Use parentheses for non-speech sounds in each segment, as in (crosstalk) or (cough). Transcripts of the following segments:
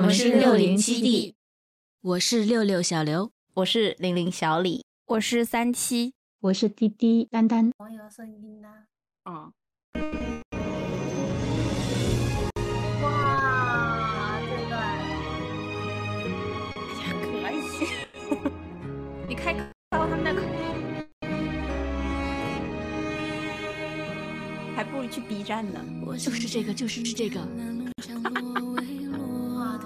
们是六零基地，我是六六小刘，我是零零小李，我是三七，我是滴滴丹丹。我有声音啦！嗯，哇，这段可以。你开口到他们那口，还不如去 B 站呢。我就是这个，就是这个。哇，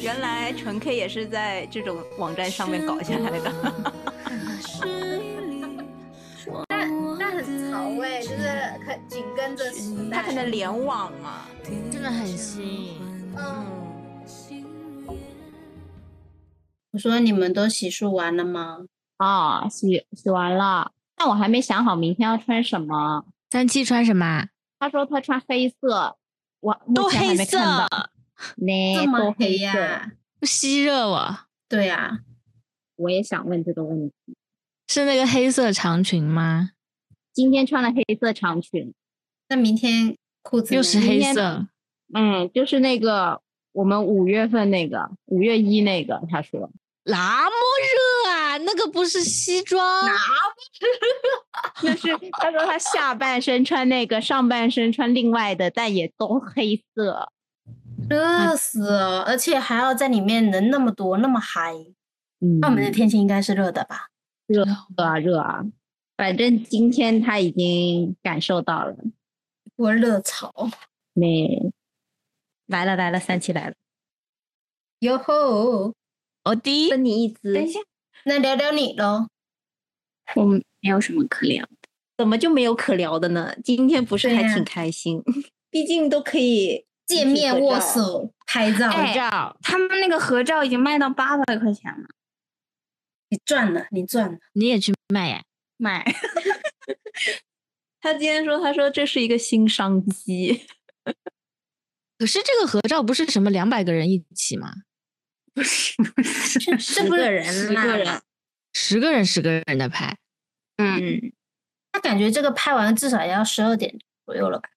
原来纯 K 也是在这种网站上面搞下来的。那很潮哎，就是很紧跟着时代。他可能联网啊。真的很新。嗯，我说你们都洗漱完了吗？啊、洗洗完了，但我还没想好明天要穿什么。三七穿什么？啊他说他穿黑色，我目都前黑还没色看，到， (laughs) 那这都么黑黑呀、色。不吸热我。对啊呀、我也想问这个问题。是那个黑色长裙吗？今天穿了黑色长裙，那明天裤子又呢是黑色，嗯，就是那个我们五月份那个五月一那个，他说那么热啊！那个不是西装，就是他说他下半身穿那个，上半身穿另外的，但也都黑色。热死了，而且还要在里面人那么多，那么嗨。嗯，澳门的天气应该是热的吧？热啊热啊，反正今天他已经感受到了。我热潮没，来了来了，三七来了，哟吼！我哦第一分你一只。下，那聊聊你喽。我没有什么可聊。怎么就没有可聊的呢？今天不是对还呀挺 (laughs) 开心，毕竟都可以见集体面合握照手拍照，哎照，他们那个合照已经卖到八百块钱了，你赚了，你赚了。你也去卖呀？买他今天说，他说这是一个新商机，可是这个合照不是什么两百个人一起吗？不是不是，这十不个是人十啦个人，十个人十个人的拍，嗯，他感觉这个拍完至少也要十二点左右了吧？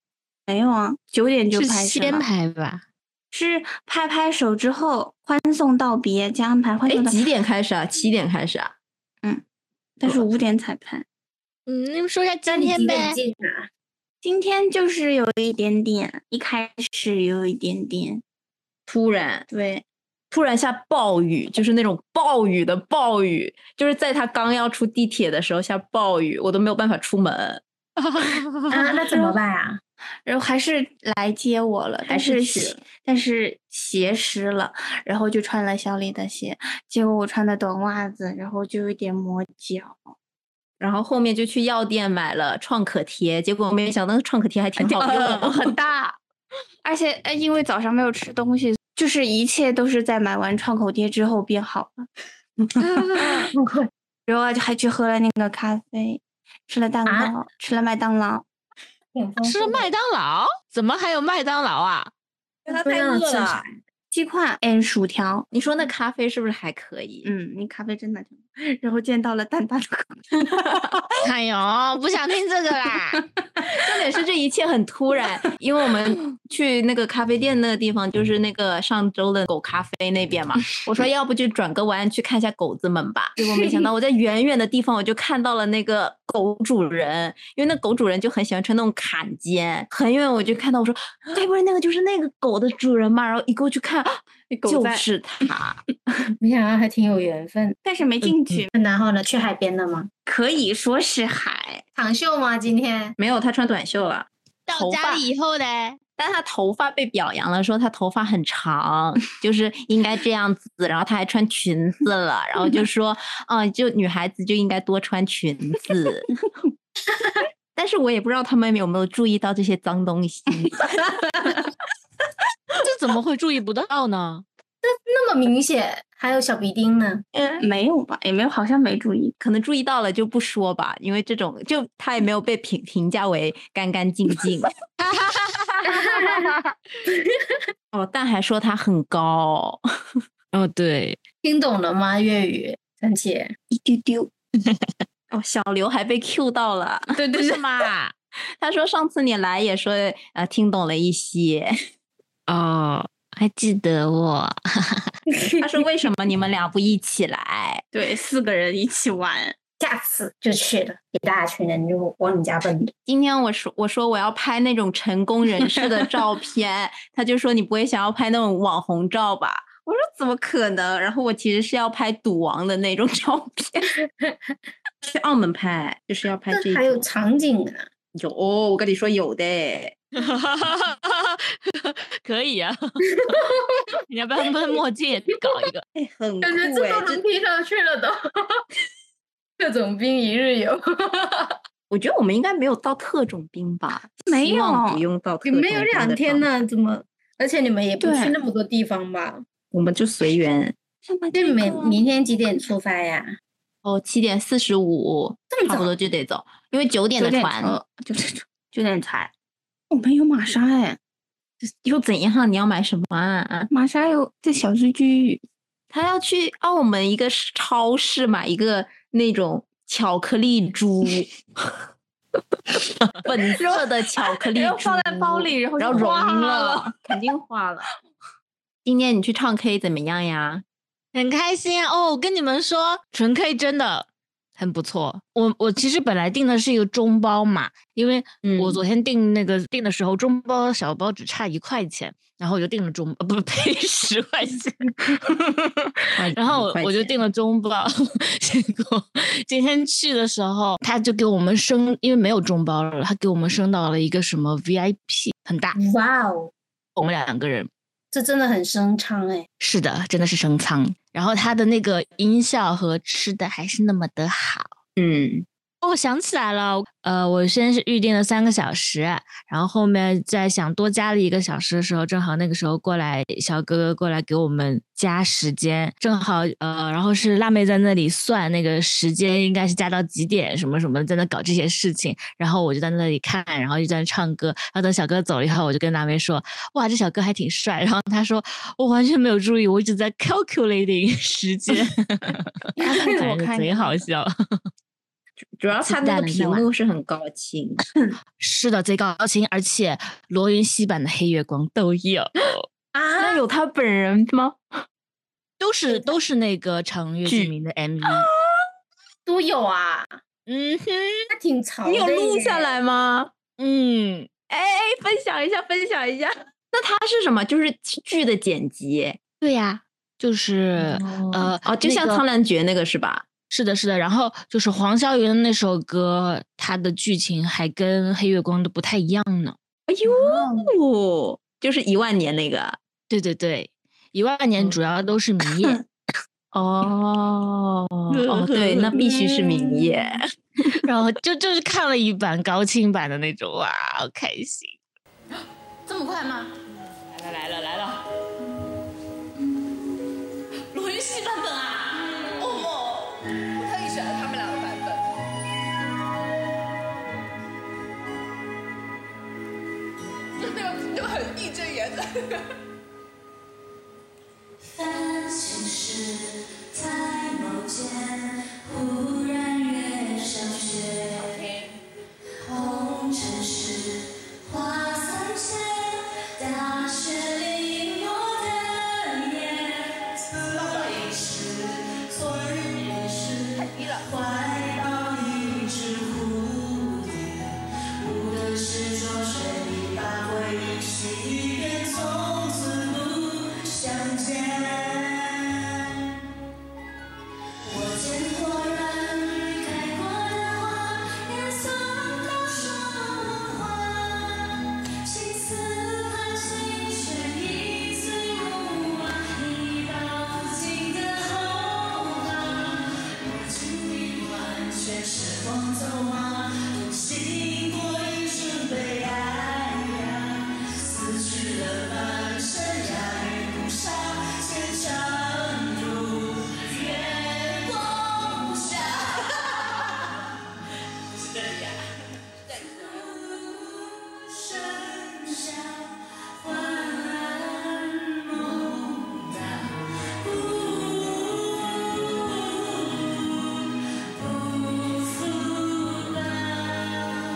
没有啊，九点就是拍是先吗拍吧？是拍拍手之后欢送道别加安排哦欢哎送，道别，几点开 (laughs) 始啊？七点开始啊？但是五点才拍。嗯，你们说一下今你天几点。呗进啊？今天就是有一点点，一开始有一点点，突然，对，突然下暴雨，就是那种暴雨的暴雨，就是在他刚要出地铁的时候下暴雨，我都没有办法出门。 (laughs) 啊，那怎么办啊？ (laughs) 然后还是来接我了，但是是去鞋但是鞋湿了，然后就穿了小李的鞋，结果我穿的短袜子，然后就有点磨脚。然后后面就去药店买了创可贴，结果没想到创可贴还挺好用，嗯啊很大，而且呃，因为早上没有吃东西，就是一切都是在买完创口贴之后变好了。然后还去喝了那个咖啡，吃了蛋糕，啊吃了麦当劳。 (laughs) 吃了麦当劳？怎么还有麦当劳啊？他不知太道饿吃了啥。鸡块嗯，薯条， (laughs) 你说那咖啡是不是还可以？嗯，你咖啡真的挺好，然后见到了蛋挞的口味哎呦，不想听这个 (laughs) 啦。重点是这一切很突然，因为我们去那个咖啡店那个地方，就是那个上周的狗咖啡那边 (laughs) 嘛。我说要不就转个弯去看一下狗子们吧，结果没想到 (laughs) 我在远远的地方我就看到了那个狗主人，因为那狗主人就很喜欢穿那种坎肩，很远我就看到我说，该不会那个就是那个狗的主人嘛？然后一过去看，狗就在是他。没想啊到还挺有缘分。但是没进去，然后呢，去海边了吗？可以说是海。长袖吗？今天没有，他穿短袖了。到头家发里以后呢？但他头发被表扬了，说他头发很长，就是应该这样子。然后他还穿裙子了，然后就说，嗯、就女孩子就应该多穿裙子。 (laughs) 但是我也不知道他们有没有注意到这些脏东西。 (laughs) 这怎么会注意不到 (laughs) 呢？那么明显，还有小鼻钉呢。没有吧？也没有，好像没注意。可能注意到了就不说吧，因为这种就他也没有被评评价为干干净净。哦，但还说他很高，哦， (laughs) 对，听懂了吗？粤语，三姐。哦，小刘还被 Q 到了。 (laughs) 对对对嘛，他说上次你来也说呃听懂了一些，哦，还记得我，他说为什么你们俩不一起来？对，四个人一起玩。下次就去了，一大群人就往你家奔。今天我说我说我要拍那种成功人士的照片，他就说你不会想要拍那种网红照吧？我说怎么可能？然后我其实是要拍赌王的那种照片，去澳门拍，就是要拍这这一还有种场景呢，有，我跟你说有的。哎 (laughs) 可以啊，你要不要喷墨镜也搞一个？哎，很感觉酷这哎都能 P 上去了都。 (laughs) 特种兵一日游，我觉得我们应该没有到特种兵吧？没希望有不用到你特种们有兵两的天状态，呢，怎么？而且你们也不对去那么多地方吧？我们就随缘。那你啊们明天几点出发呀？哦，七点四十五，这么差不早多就得走，因为啊九点哦九的点船。车，九点车，九点才。我们哦有玛莎哎，又怎样？你要买什么啊？玛莎有在小数据，他要去澳门一个市超市买一个那种巧克力 (laughs) 珠，粉色的巧克力珠，然后放在包里然后然后就融化了，肯定化了。今天你去唱 K 怎么样呀？很开心啊哦！我跟你们说，纯 K 真的很不错。我我其实本来订的是一个中包嘛，因为我嗯昨天订那个订的时候，中包和小包只差一块钱，然后我就订了中，呃、不 (laughs) 呸，十块钱。 (laughs) 然后我我就订了中包， (laughs) 结果今天去的时候，他就给我们升，因为没有中包了，他给我们升到了一个什么 VIP，很大，哇哦，我们两个人。这真的很升舱哎！是的，真的是升舱。然后它的那个音效和吃的还是那么的好。嗯，哦，我想起来了，呃，我先是预定了三个小时，然后后面在想多加了一个小时的时候，正好那个时候过来小哥哥过来给我们加时间，正好呃，然后是辣妹在那里算那个时间应该是加到几点什么什么的，在那搞这些事情，然后我就在那里看，然后就在那唱歌，然后等小哥走了以后，我就跟辣妹说，哇，这小哥还挺帅，然后他说我完全没有注意，我一直在 calculating (laughs) 时间，他看着我反正看哎贼你 (laughs) 好笑。主要期他那待个了那屏晚幕是很高清， (laughs) (laughs) 是的，贼高清，而且罗云熙版的黑月光都 (laughs) 有，那有他本人吗？都是都是那个长月烬明的 MV。都有啊，嗯哼，那挺潮的你耶。有录下来吗？嗯，哎，分享一下，分享一下。 (laughs) 那它是什么？就是剧的剪辑对呀、就是、呃哦，就那像《个苍兰诀》那个是吧？是的，是的。然后就是黄霄云的那首歌，它的剧情还跟黑月光的不太一样呢。哎呦，哦就是一万年那个。对对对，一万年主要都 (laughs) 是明夜，哦哦，对，那必须是嗯明夜。然后就就是看了一版高清版的那种，哇，好开心。这么快吗？来了来了来了！罗云熙版本啊！哦莫，我特意选了他们俩的版本。就那种就很义正言辞。无论是浊水里把回忆洗一遍，从此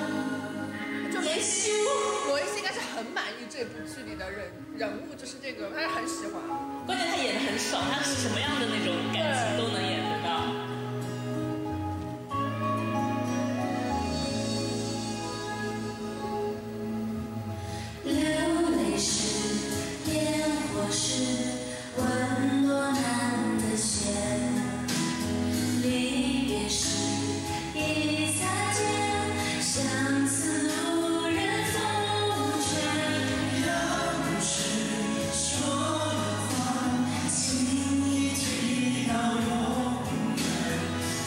害羞。我应该是很满意这部剧里的人人物，就是这个，但是很喜欢。关键他演的很爽，他是什么样的那种感情都能演得到。流泪时，烟火是温多难的线；离别时，一再见，相思无人奉劝。要是说了谎，情一提到永远，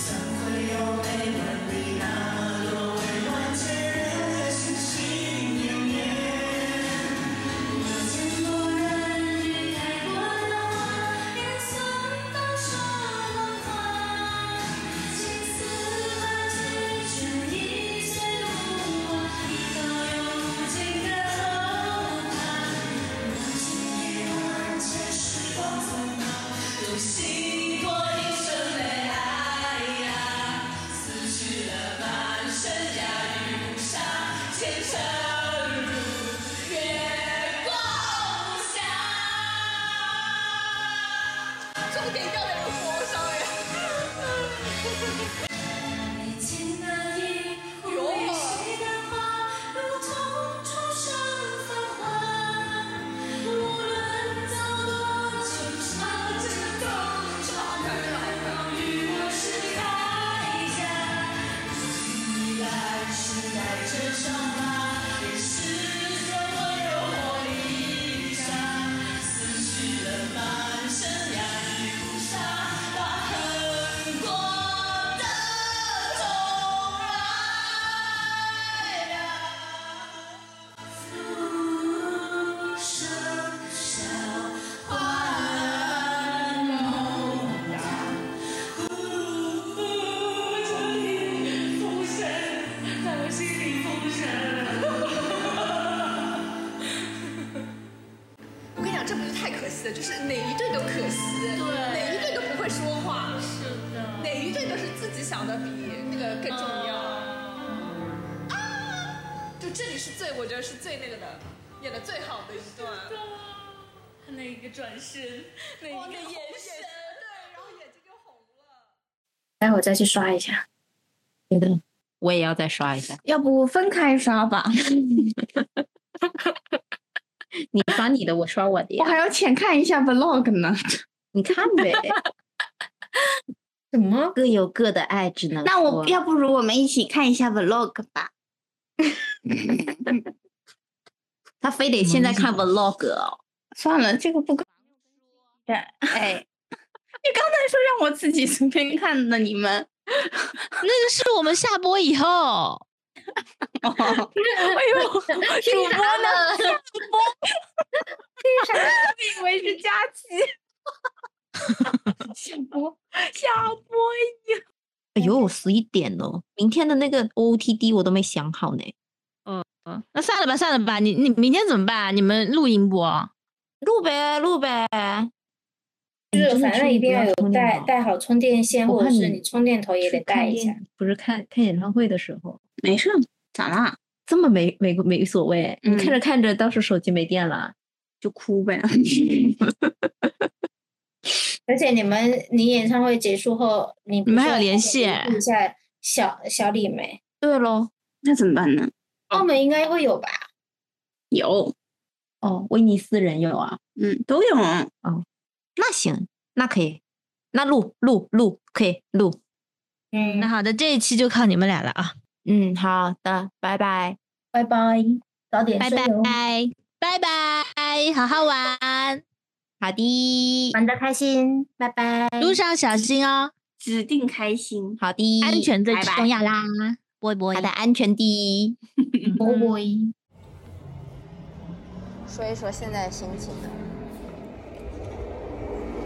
怎会有没问你那么多未完结的痴心绵绵？我见过人与开过的花，也曾都说过话。青丝白指针一岁不惑，一道永无尽的后怕。那情已万千，时光匆忙，独行过一生悲哀呀。死去了半生，鸦羽无沙，前程如月光无暇。重点掉在不火上哎。你情难移，无意谁的话，如同初生繁花。无论走多久，朝着东窗的与我是铠甲。你来时带着伤疤，也试着温柔我一下。死去了半生，鸦羽不沙，把恨过的重来呀。浮生笑换梦荡，呼着你风声，在我心里风声。 (laughs) 我跟你讲，这部剧太可惜了，就是哪一对都可惜，哪一对都不会说话，是的，哪一对都是自己想的比那个更重要。啊，就这里是最，我觉得是最那个的，演的最好的一段。那一个转身，那哦一个眼对，神，然后眼睛就红了。待会儿再去刷一下，觉得我也要再刷一下。要不分开刷吧？ (laughs) 你刷你的，我刷我的我呀。还要浅看一下 vlog 呢。你看呗，什 (laughs) 么？各有各的爱，只能那说我要不如我们一起看一下 vlog 吧？他非得现在看 vlog 哦。算了，这个不跟。对，哎， (laughs) 你刚才说让我自己随便看的，你们那个是我们下播以后，哦，哎呦，主播呢？为啥？以为是佳琪。下播 (laughs) 下播哎呦，十一点了，明天的那个 OOTD 我都没想好呢。嗯，那算了吧，算了吧，你你明天怎么办啊？你们录音不？嗯录呗，录呗。就是反正一定要有带带好充电线，我或者看是你你充电头也得带一下。。不是看看演唱会的时候， (laughs) 没事，咋啦？这么没没没所谓。你嗯看着看着，到时候手机没电了，就哭呗。 (laughs) 而且你们你演唱会结束后，你你们还有联系一下小小李梅，对喽。那怎么办呢？澳门应该会有吧？有，哦，威尼斯人有啊。嗯，都有。那行，那可以，那录录录可以录。嗯那好的，这一期就靠你们俩了啊，嗯，好的，拜拜。拜拜，早点拜睡拜哦，拜拜，好好玩，好的，玩的开心，拜拜。路上小心哦，指定开心。好的，安全最拜拜重要啦，波波好。的，安全的。波波。说一说现在心情吧，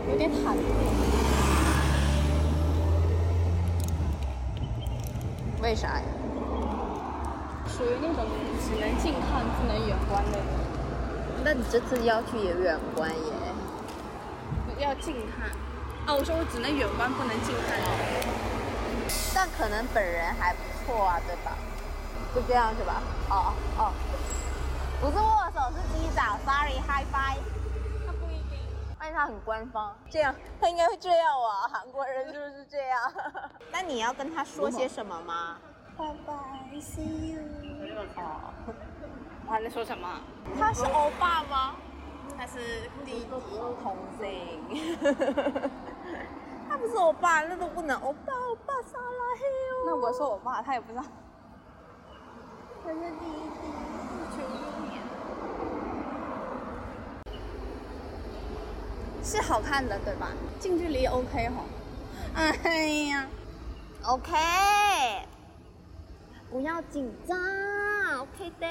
有点忐忑。为啥呀？属于那种只能近看不能远观那种，那你这次要去也远观耶？要近看。啊，我说我只能远观，不能近看。但可能本人还不错啊，对吧？就这样是吧？哦哦，不是握手，是击掌。Sorry, high five。他不一定，但是他很官方，这样他应该会这样啊。韩国人就是这 (laughs) 样。那你要跟他说些什么吗？拜拜，see you。哦，我还在说什么？他是欧巴吗？他是弟弟同性。他不是欧巴，那都不能欧巴欧巴萨拉嘿哦。那我说我爸，他也不知道。他是第一批，九一年。是好看的，对吧？近距离 OK 吼。哎呀， OK，不要紧张，OK 的。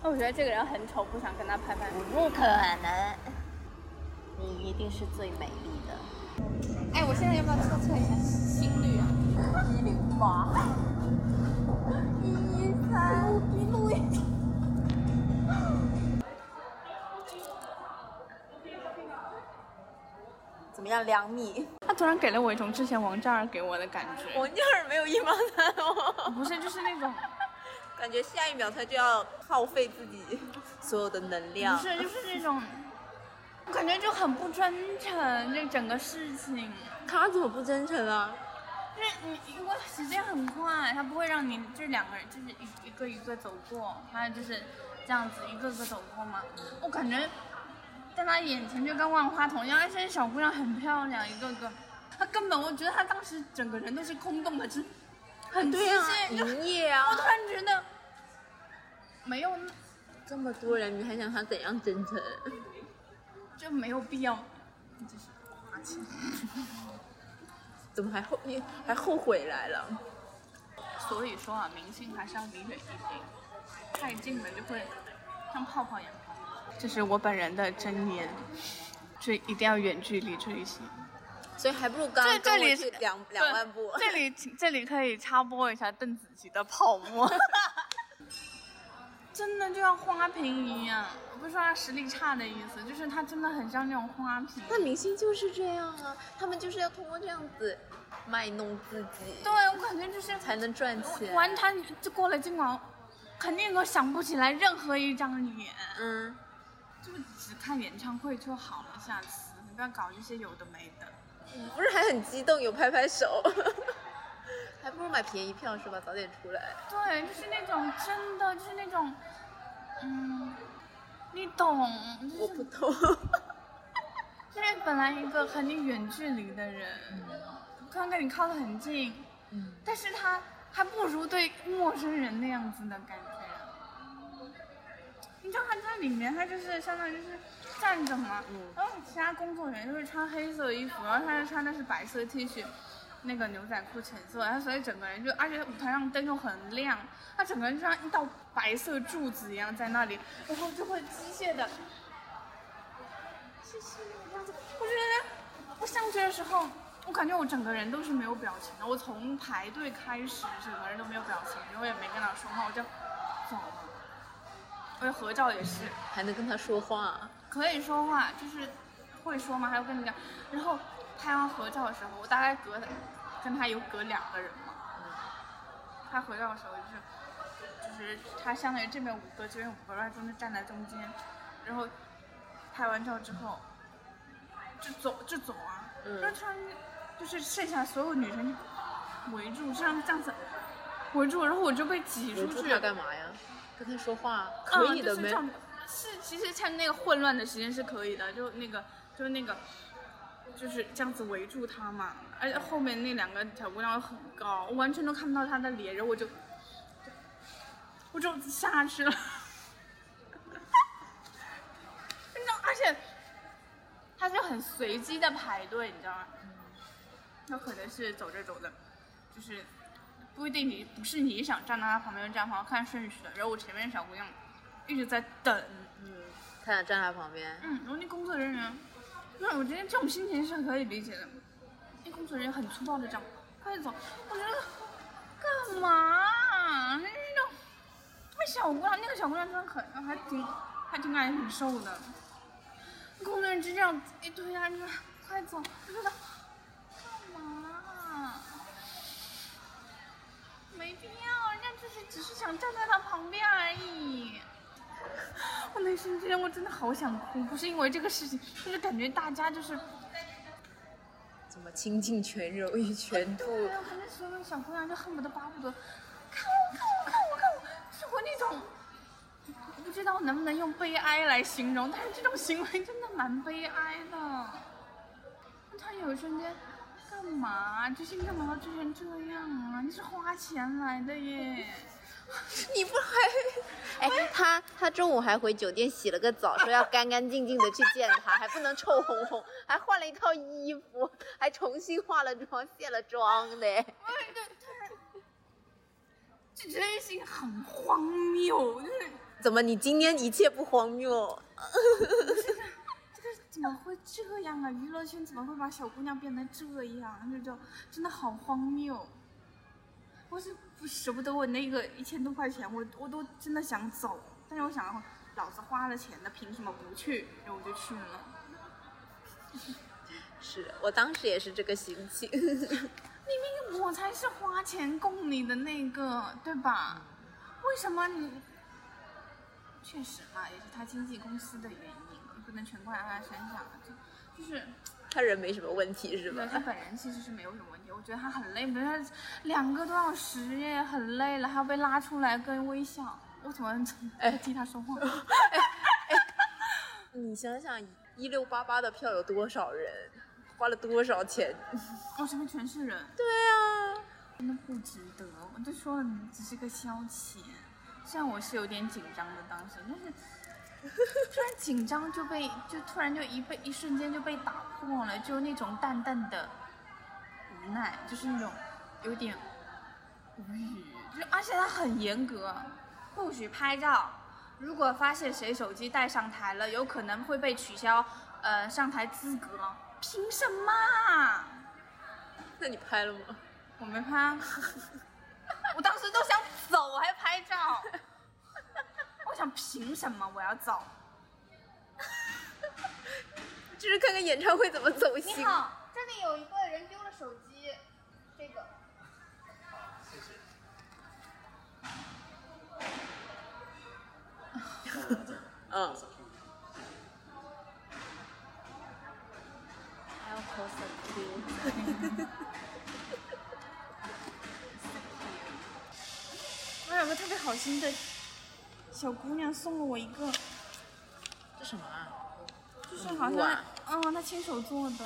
那我觉得这个人很丑，不想跟他拍拍。不可能，你一定是最美丽的。哎，我现在要不要测测一下心率啊？一零八，一三，一路怎么样？两米？他突然给了我一种之前王嘉尔给我的感觉。 (laughs) 王嘉尔没有一毛三哦，不是，就是那种感觉下一秒他就要耗费自己所有的能量。不是，就是那种，我感觉就很不真诚，这整个事情。他怎么不真诚啊？就是你，因为时间很快，他不会让你就是两个人，就是一一个一个走过，他就是这样子一个个走过嘛。我感觉在他眼前就跟万花筒一样，而且小姑娘很漂亮，一个个，他根本我觉得他当时整个人都是空洞的，就是很对啊机械就营业啊我突然觉得没有那这么多人，你还想他怎样真诚？就没有必要，就是花钱。怎么还后还后悔来了？所以说啊，明星还是要离远一点，太近了就会像泡泡一样。这是我本人的箴言，就一定要远距离追星。所以还不如刚刚这这跟我里去两两万步。这里这里可以插播一下邓紫棋的泡沫， (laughs) 真的就像花瓶一样，我不是说她实力差的意思，就是她真的很像那种花瓶。那明星就是这样啊，他们就是要通过这样子卖弄自己，对我感觉就是才能赚钱。完他就过了今晚，肯定我想不起来任何一张脸。嗯，就只看演唱会就好了，下次你不要搞这些有的没的。你不是还很激动，有拍拍手， (laughs) 还不如买便宜票是吧？早点出来。对，就是那种真的，就是那种，嗯，你懂，就是、我不懂， (laughs) 就是本来一个和你远距离的人，突然跟你靠得很近，嗯，但是他还不如对陌生人那样子的感觉。啊你知道他在里面，他就是相当于是站着嘛，然后其他工作人员就是穿黑色衣服，然后他就穿的是白色 T 恤，那个牛仔裤浅色，然后所以整个人就，而且舞台上灯又很亮，他整个人就像一道白色柱子一样在那里，然后就会机械的，谢谢这样子，我觉得我上去的时候。我感觉我整个人都是没有表情的，我从排队开始，整个人都没有表情，然后也没跟他说话，我就走了。我就合照也是，还能跟他说话，可以说话，就是会说嘛，还有跟你讲。然后拍完合照的时候，我大概隔跟他有隔两个人嘛。拍合照的时候就是，就是他相当于这边五个，这边五个，然后中间站在中间，然后拍完照之后就走就走啊，嗯然后突然就是剩下所有女生就围住，这样这样子围住，然后我就被挤你出住去。他干嘛呀？跟他说话可以的嗯就是没这？样、是其实趁那个混乱的时间是可以的，就那个就那个就是这样子围住他嘛，而且后面那两个小姑娘又很高，我完全都看不到她的脸，然后我就我就下去了， (laughs) 你知道，而且他就很随机的排队，你知道吗？那可能是走着走着，就是不一定你不是你想站到他旁边就站旁看顺序的。然后我前面的小姑娘一直在等，嗯，他俩站他旁边，嗯，然后那工作人员，那我觉得这种心情是可以理解的。那工作人员很粗暴的这样，快点走，我觉得干嘛？那那种那小姑娘，那个小姑娘真的很还挺还挺感觉挺瘦的。那工作人员就这样一推她，就说快走，我觉得干嘛？没必要，人家就是只是想站在他旁边而已。我那瞬间我真的好想哭，不是因为这个事情，就是感觉大家就是怎么倾尽全柔一全吐？对啊，那时候小姑娘就恨不得巴不得看我看我看我看我，是我那种不知道能不能用悲哀来形容，但是这种行为真的蛮悲哀的。那他有一瞬间干嘛？追星干嘛要追成这样啊？你是花钱来的耶！你不还哎，他他中午还回酒店洗了个澡，说要干干净净的去见他，还不能臭烘烘，还换了一套衣服，还重新化了妆、卸了妆呢。这真心很荒谬，就是怎么你今天一切不荒谬？这个怎么会这样啊？娱乐圈怎么会把小姑娘变成这样？就就真的好荒谬。我是不舍不得我那个一千多块钱，我我都真的想走，但是我想，老子花了钱的，凭什么不去？然后我就去了。是我当时也是这个心情。 (laughs) 明明我才是花钱供你的那个，对吧？为什么你？确实啊，也是他经纪公司的原因，你不能全怪在他身上。就就是他人没什么问题是对吧？他本人其实是没有什么问题，我觉得他很累，比如他两个多小时耶，很累了，还要被拉出来跟微笑，我怎 (laughs) 么哎替他说话？你想想，一六八八的票有多少人？花了多少钱？我哦身边全是人。对啊，真的不值得。我就说了，你只是个消遣。虽然我是有点紧张的当时，但是突然紧张就被就突然就一被一瞬间就被打破了，就那种淡淡的无奈，就是那种有点无语。就而且他很严格，不许拍照。如果发现谁手机带上台了，有可能会被取消呃上台资格。凭什么啊？那你拍了吗？我没拍啊，我当时都想走，我还拍 (laughs) 照。我想凭什么我要走？就是看看演唱会怎么走你心。好，这里有一个人丢了手机，这个。嗯，还要 cos (laughs) Q。我哎有个特别好心的小姑娘送了我一个，这什么啊？就是好礼物像啊，嗯，她亲手做的。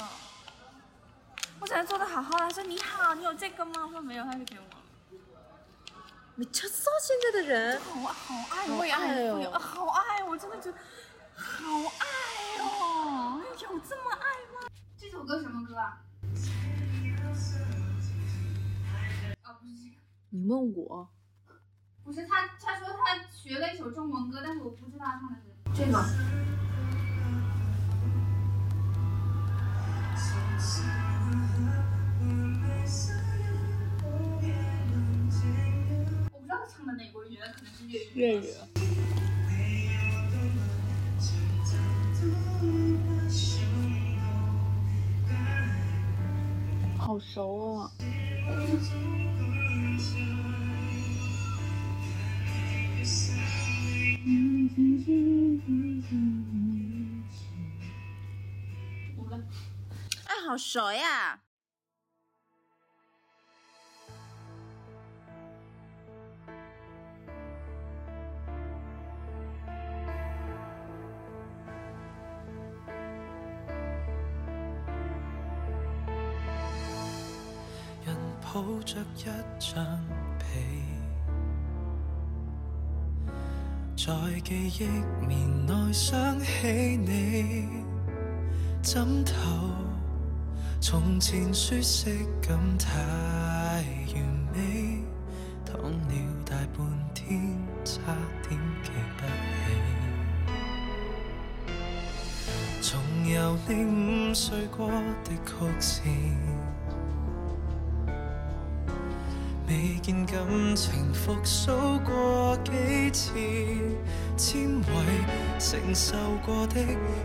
我才做的好好的，她说你好，你有这个吗？我说没有，她就给我了。没这骚现在的人，好啊好爱好我也爱爱哦我也啊好爱，我真的觉得好爱哦，有这么爱吗？这首歌什么歌啊？哦，不是这个，你问我不是他，他说他学了一首中文歌，但是我不知道他唱的是这个。我不知道他唱的哪国语言，可能是粤语。粤语。好熟哦。哎，好熟呀！人抱着一張被，在記憶棉內想起你，枕頭從前舒適感太完美，躺了大半天，差點記不起。重遊你午睡過的曲線。未見感情復甦過幾次，纖維承受過的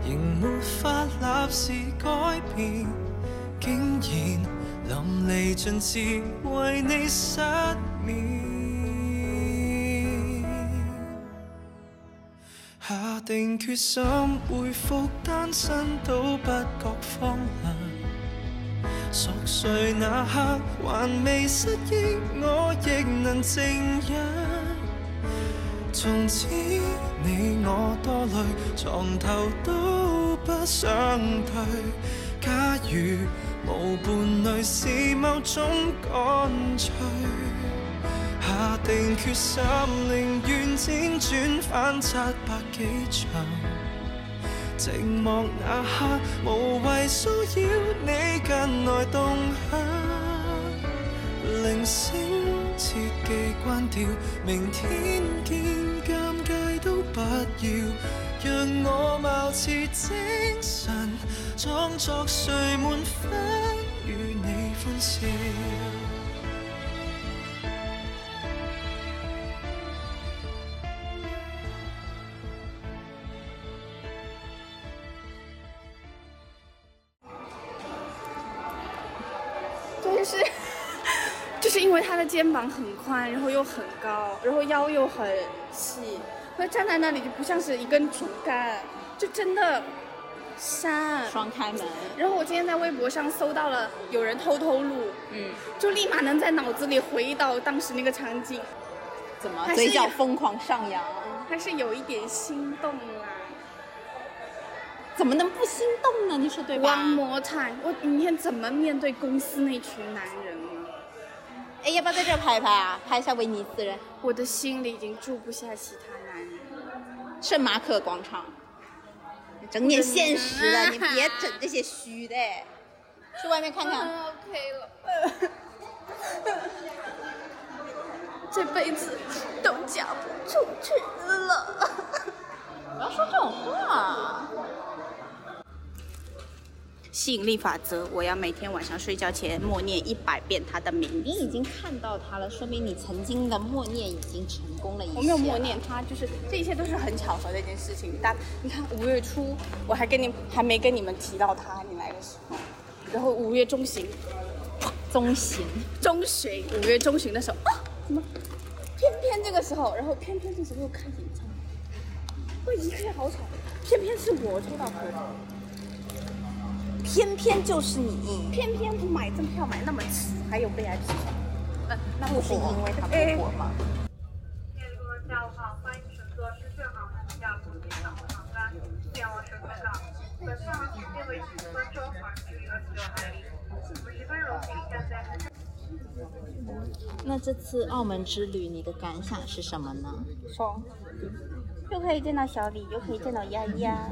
仍沒法立時改變，竟然淋漓盡致為你失眠。下定決心回復單身，都不覺荒涼。熟睡那刻還未失憶，我亦能靜忍。從此你我多累，床頭都不想退。假如無伴侶是某種乾脆，下定決心，寧願輾轉反側百幾場。寂寞那刻，無謂騷擾你近來動向。鈴聲切記關掉，明天見尷尬都不要，讓我貌似精神，裝作睡滿分，與你歡笑。就是就是因为他的肩膀很宽，然后又很高，然后腰又很细，所以站在那里就不像是一根竹竿，就真的山双开门，然后我今天在微博上搜到了有人偷偷录，嗯，就立马能在脑子里回忆到当时那个场景，怎么还是嘴角疯狂上扬？啊还是有一点心动啊啦、怎么能不心动呢？你说对吧 One more time，我明天怎么面对公司那群男人啊呢？哎，要不要在这儿拍一拍啊？拍一下威尼斯人，我的心里已经住不下其他男人了。圣马可广场。整点现实的，你别整这些虚的。去外面看看。 OK 了。这辈子都嫁不出去了。不要说这种话。吸引力法则，我要每天晚上睡觉前默念一百遍它的名字。你已经看到它了，说明你曾经的默念已经成功了一些。我没有默念，它，就是这一切都是很巧合的一件事情。但 (laughs) 你看五月初，我还跟你还没跟你们提到它，你来的时候，然后五月中旬，中型。中旬五月中旬的时候啊，怎么偏偏这个时候，然后偏偏这时候又开演唱会，我一切好巧，偏偏是我抽到头奖。偏偏就是你，偏偏不买赠票买那么迟，还有 VIP 那那不是因为它不火吗？下午好，欢迎乘坐深圳航空下午机场航班前往深圳港。本次航时间为十分钟，航距二十六海里。五十分荣幸站在深圳。那这次澳门之旅，你的感想是什么呢？爽，又可以见到小李，又可以见到丫丫。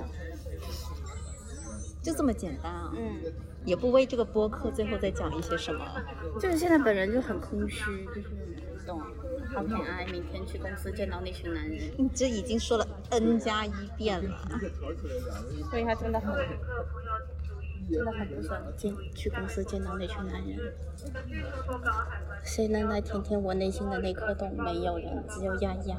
就这么简单啊？嗯，也不为这个播客最后再讲一些什么。就是现在本人就很空虚，就是懂。好可爱，明天去公司见到那群男人。你这已经说了 n 加一遍了，所以他真的很，真的很不想见去公司见到那群男人。谁能来填填我内心的那颗洞？没有人，只有丫丫。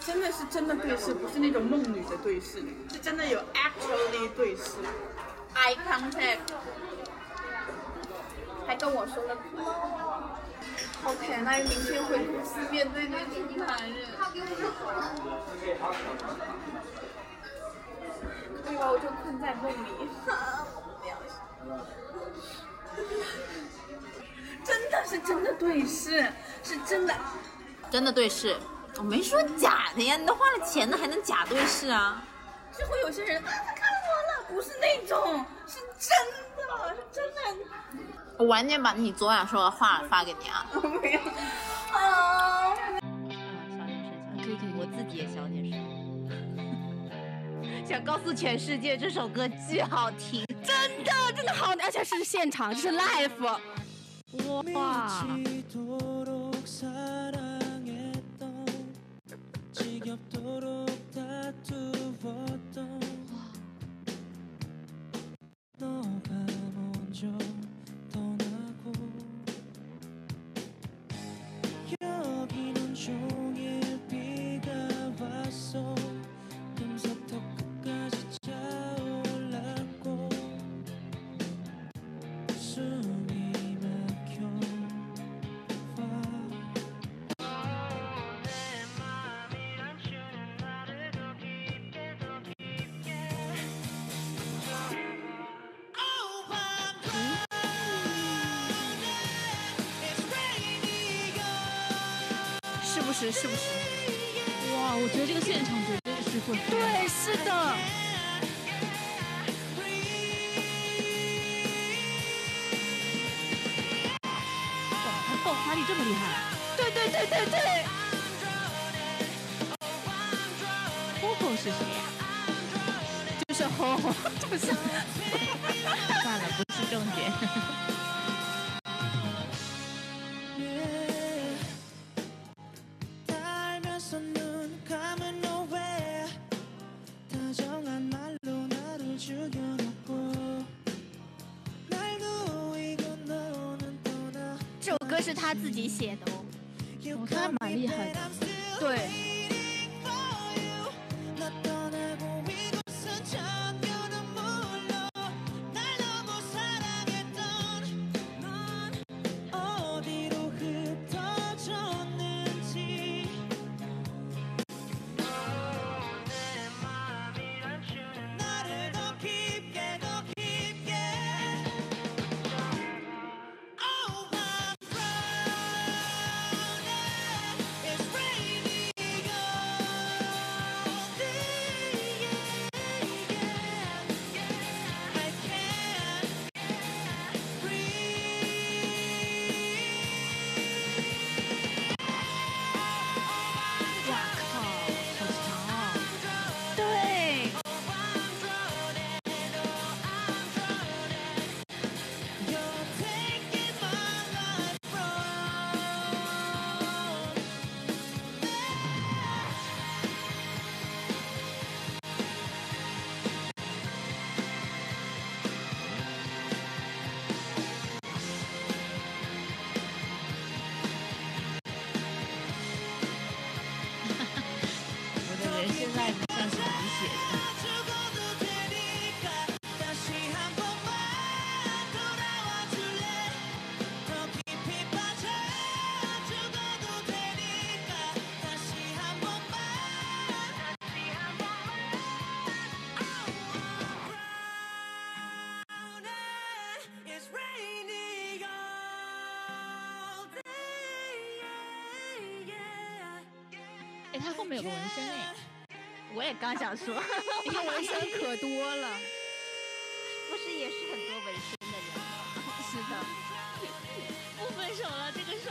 真的是真的对视，不是那种梦里的对视，是真的有 actually 对视，eye contact，还跟我说了 OK，那明天回公司面对那群男人。对哎吧？我就困在梦里， (laughs) 真的是真的对视，是真的。真的对视，我没说假的呀，你都花了钱了，还能假对视啊？就会有些人啊，他看我了，不是那种，是真的，是真的。我晚点把你昨晚说的话发给你啊。没有。啊。嗯可以可以，我自己也小点 (laughs) 声。想告诉全世界，这首歌巨好听，真的真的好，而且是现场，这是 live。 와. 미치도록 사랑했던 지겹도록 다투었던 너가 먼저 떠나고 여기는 종일 비가 왔어 금서터 끝까지 차올랐고 숨이 막혀 是不是？是不是？哇，我觉得这个现场绝对是会。对，是的。它爆发力这么厉害。对对对对对。 Coco 是谁啊呀？就是吼吼，就是。算了，不是重点。 달면서 눈 감은 너왜 다정한 말로 나를 죽여놓고 날 누이고 너는 떠나 这首歌是他自己写的哦，我他蛮厉害的。对。 나 떠나고 이곳은 정겨운 물로 날 너무 사랑했던 넌 어디로 흩어졌는지 나를 더 깊게 더 깊게 Oh I'm drowning It's raining all day I can't breathe 哇靠，好强啊！对。我的人生 live 像是你写的。 죽어도 되니까 다시 한 번만 돌아와 줄래 더 깊이 빠져 죽어도 되니까 다시 한 번만 다시 한 번만 Oh I'm drowning It's raining all day yeah 哎，他后面有个纹身哎，我也刚想说，他纹身可多了，不是也是很多纹身的人吗？是的。不分手了，这个手